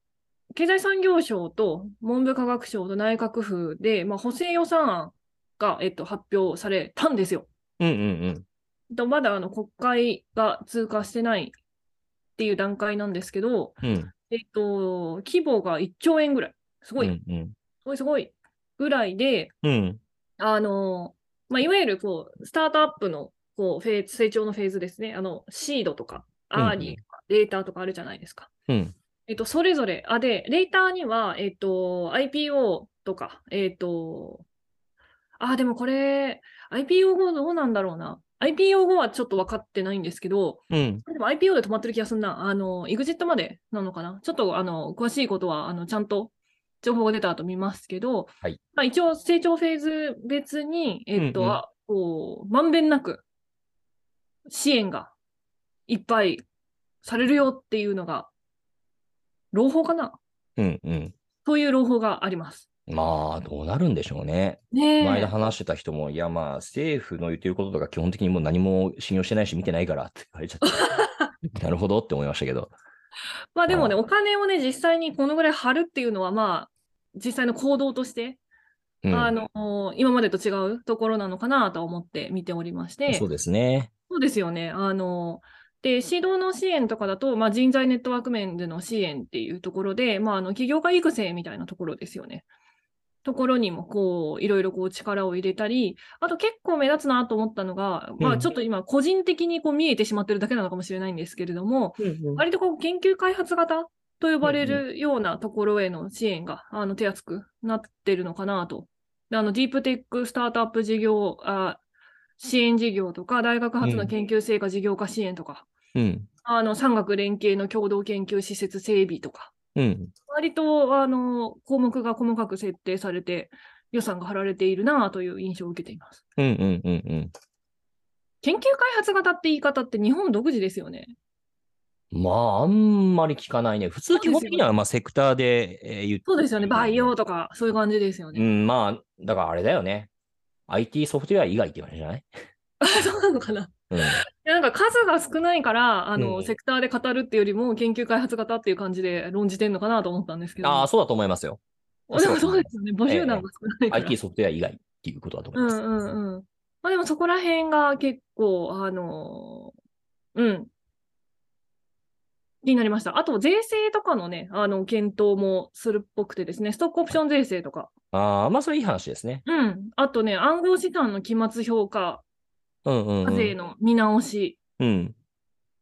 Speaker 1: 経済産業省と文部科学省と内閣府で、まあ、補正予算案が、えっと発表されたんですよ。
Speaker 2: うん。うんうん
Speaker 1: えっとまだあの国会が通過してないっていう段階なんですけど、
Speaker 2: うん。うん
Speaker 1: えっと、規模が1兆円ぐらい。すごい、
Speaker 2: うんうん
Speaker 1: すごい、すごい。ぐらいで、
Speaker 2: うん
Speaker 1: あの、まあ、いわゆるこう、スタートアップのこうフェーズ成長のフェーズですね。あの、シードとか、アーリーとか、データとかあるじゃないですか。
Speaker 2: うん
Speaker 1: えっと、それぞれ、あ、で、レーターには、えっと、IPO とか、えっと、あ、でもこれ、IPO 後どうなんだろうな。IPO 後はちょっと分かってないんですけど、
Speaker 2: うん
Speaker 1: でも IPO で止まってる気がすんな。あの、EXIT までなのかな。ちょっと、あの、詳しいことは、あの、ちゃんと情報が出た後見ますけど、
Speaker 2: はい
Speaker 1: まあ、一応、成長フェーズ別に、えっと、
Speaker 2: うんうん
Speaker 1: あこう、まんべんなく支援がいっぱいされるよっていうのが、朗報かな
Speaker 2: うんうん。
Speaker 1: そういう朗報があります。
Speaker 2: まあ、どうなるんでしょうね。
Speaker 1: ねえ。
Speaker 2: 前で話してた人も、いやまあ、政府の言ってることとか基本的にもう何も信用してないし見てないからって言われちゃ って、なるほどって思いましたけど。
Speaker 1: まあでもね、
Speaker 2: あ
Speaker 1: お金をね、実際にこのぐらい貼るっていうのは、まあ、実際の行動として、
Speaker 2: うん
Speaker 1: あの、今までと違うところなのかなと思って見ておりまして、
Speaker 2: そうですね。
Speaker 1: そうですよね。あの、で、指導の支援とかだと、まあ、人材ネットワーク面での支援っていうところで、まあ、あの、企業家育成みたいなところですよね。ところにも、こう、いろいろこう力を入れたり、あと結構目立つなと思ったのが、ま
Speaker 2: う
Speaker 1: あ、
Speaker 2: ん
Speaker 1: ちょっと今、個人的にこう見えてしまってるだけなのかもしれないんですけれども、割とこう研究開発型と呼ばれるようなところへの支援が、あの手厚くなってるのかなと。であのディープテックスタートアップ事業あ支援事業とか、大学発の研究成果事業化支援とか、
Speaker 2: うん。
Speaker 1: あの産学連携の共同研究施設整備とか、
Speaker 2: うん。
Speaker 1: 割とあの項目が細かく設定されて、予算が張られているなという印象を受けています。
Speaker 2: うんうんうんうん。
Speaker 1: 研究開発型って言い方って日本独自ですよね。
Speaker 2: まあ、あんまり聞かないね。普通、
Speaker 1: うです
Speaker 2: 基
Speaker 1: よね
Speaker 2: 本的には、まあ、セクターで、えー言って
Speaker 1: そうですよね。バイオとか、そういう感じですよ
Speaker 2: う
Speaker 1: ね。
Speaker 2: ん、まあ、だからあれだよね。IT ソフトウェア以外って言われるじゃない
Speaker 1: あ そうなのかな
Speaker 2: うん、
Speaker 1: なんか数が少ないからあの、
Speaker 2: うん
Speaker 1: セクターで語るっていうよりも研究開発型っていう感じで論じてんのかなと思ったんですけど
Speaker 2: ああ、そうだと思いますよ。
Speaker 1: あでもそうですよね母集団が少ないから、
Speaker 2: IT ソフトウェア以外っていうことだと思
Speaker 1: う
Speaker 2: い
Speaker 1: ん
Speaker 2: ま
Speaker 1: う
Speaker 2: す。
Speaker 1: んうん。まあでもそこら辺が結構、あのーうん。気になりました。あと、税制とかのね、あの、検討もするっぽくてですね、ストックオプション税制とか。
Speaker 2: ああ、まあ、それいい話ですね。
Speaker 1: うん。あとね、暗号資産の期末評価、
Speaker 2: うんうん、う
Speaker 1: 課税
Speaker 2: ん。
Speaker 1: の見直し、
Speaker 2: うん。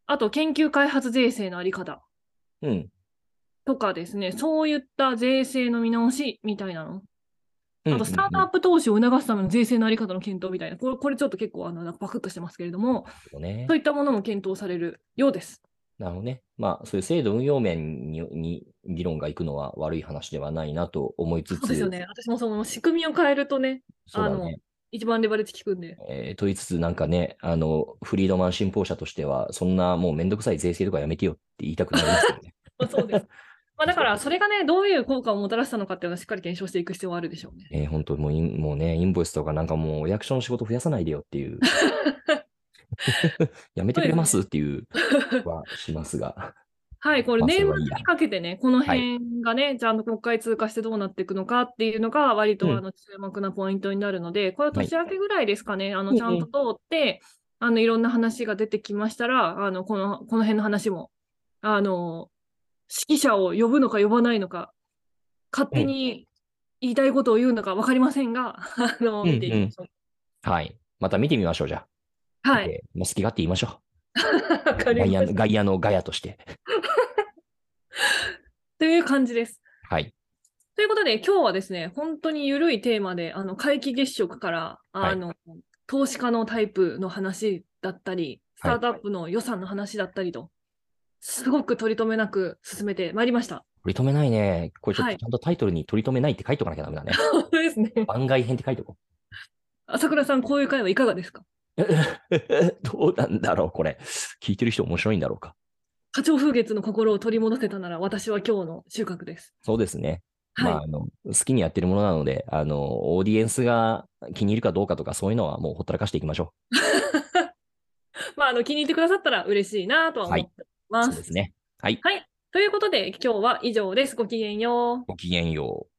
Speaker 1: あと、研究開発税制のあり方
Speaker 2: うん。
Speaker 1: とかですね、そういった税制の見直しみたいなの。あと、スタートアッ
Speaker 2: プ
Speaker 1: プ投資を促すための税制のあり方の検討みたいな。これ、これちょっと結構、あの、パクッとしてますけれども、
Speaker 2: ね
Speaker 1: そう。いったものも検討されるようです。
Speaker 2: なるほどね。まあ、そういう制度運用面にに議論がいくのは悪い話ではないなと思いつつ、
Speaker 1: そうですよね。私もその仕組みを変えるとね、
Speaker 2: そうだね。
Speaker 1: 一番レバレッジ効くんで。
Speaker 2: えーと言いつつ、なんかね、あの、フリードマン信奉者としては、そんなもうめんどくさい税制とかやめてよって言いたくなりますよ ね。
Speaker 1: まあ、そうです。まあだから、それがね、どういう効果をもたらしたのかっていうのはしっかり検証していく必要はあるでしょうね。
Speaker 2: えー本当にもうイン、もうね、インボイスとかなんかもうお役所の仕事増やさないでよっ ていう。やめてくれますっていうはしますが。
Speaker 1: はい、これ、
Speaker 2: まあそ
Speaker 1: 年
Speaker 2: れ
Speaker 1: 末
Speaker 2: はいいや
Speaker 1: にかけてね、この辺がね、じゃあ、国会通過してどうなっていくのかっていうのが、割
Speaker 2: うん
Speaker 1: とあの注目なポイントになるので、これ、
Speaker 2: はい
Speaker 1: 年明けぐらいですかね、あ
Speaker 2: うんう
Speaker 1: の
Speaker 2: ん
Speaker 1: ちゃんと通って、あのいろんな話が出てきましたら、あのこのこの辺の話も、あの、指揮者を呼ぶのか呼ばないのか、勝手に言いたいことを言うのか分かりませんが、 あの
Speaker 2: うんうん
Speaker 1: 見ていきましょう。
Speaker 2: はい。また見てみましょう、じゃあ。
Speaker 1: はい、
Speaker 2: えーもう好き勝手言いましょ
Speaker 1: わか
Speaker 2: う。ガ
Speaker 1: り
Speaker 2: イ
Speaker 1: ま
Speaker 2: ア
Speaker 1: した。
Speaker 2: ガイアのガヤとして。
Speaker 1: という感じです。
Speaker 2: はい。
Speaker 1: ということで、今日はですね、本当に緩いテーマで、あの皆既月食から、
Speaker 2: はい
Speaker 1: あの投資家のタイプの話だったり、スタ
Speaker 2: はい
Speaker 1: ートアップの予算の話だったりと、すごく取り留めなく進めてまいりました。
Speaker 2: 取り留めないね。これちょっ
Speaker 1: は
Speaker 2: と
Speaker 1: い
Speaker 2: ちゃんとタイトルに取り留めないって書いとかなきゃ ダメだね。
Speaker 1: 本当ですね。
Speaker 2: 番外編って書いとこ
Speaker 1: 朝倉さん、こういう会はいかがですか
Speaker 2: う。 どうなんだろう、これ。聞いてる人面白いんだろうか。
Speaker 1: 課長風月の心を取り戻せたなら、私は今日の収穫です。
Speaker 2: そうですね。
Speaker 1: はい。
Speaker 2: まあ、あの、好きにやってるものなので、あの、オーディエンスが気に入るかどうかとか、そういうのはもうほったらかしていきましょ
Speaker 1: まあ、あの気に入ってくださったら嬉しいなとは思って
Speaker 2: う。
Speaker 1: ま
Speaker 2: そう
Speaker 1: す。
Speaker 2: ですね。はい。
Speaker 1: ということで、今日は以上です。ごきげんよう。
Speaker 2: ごきげんよう。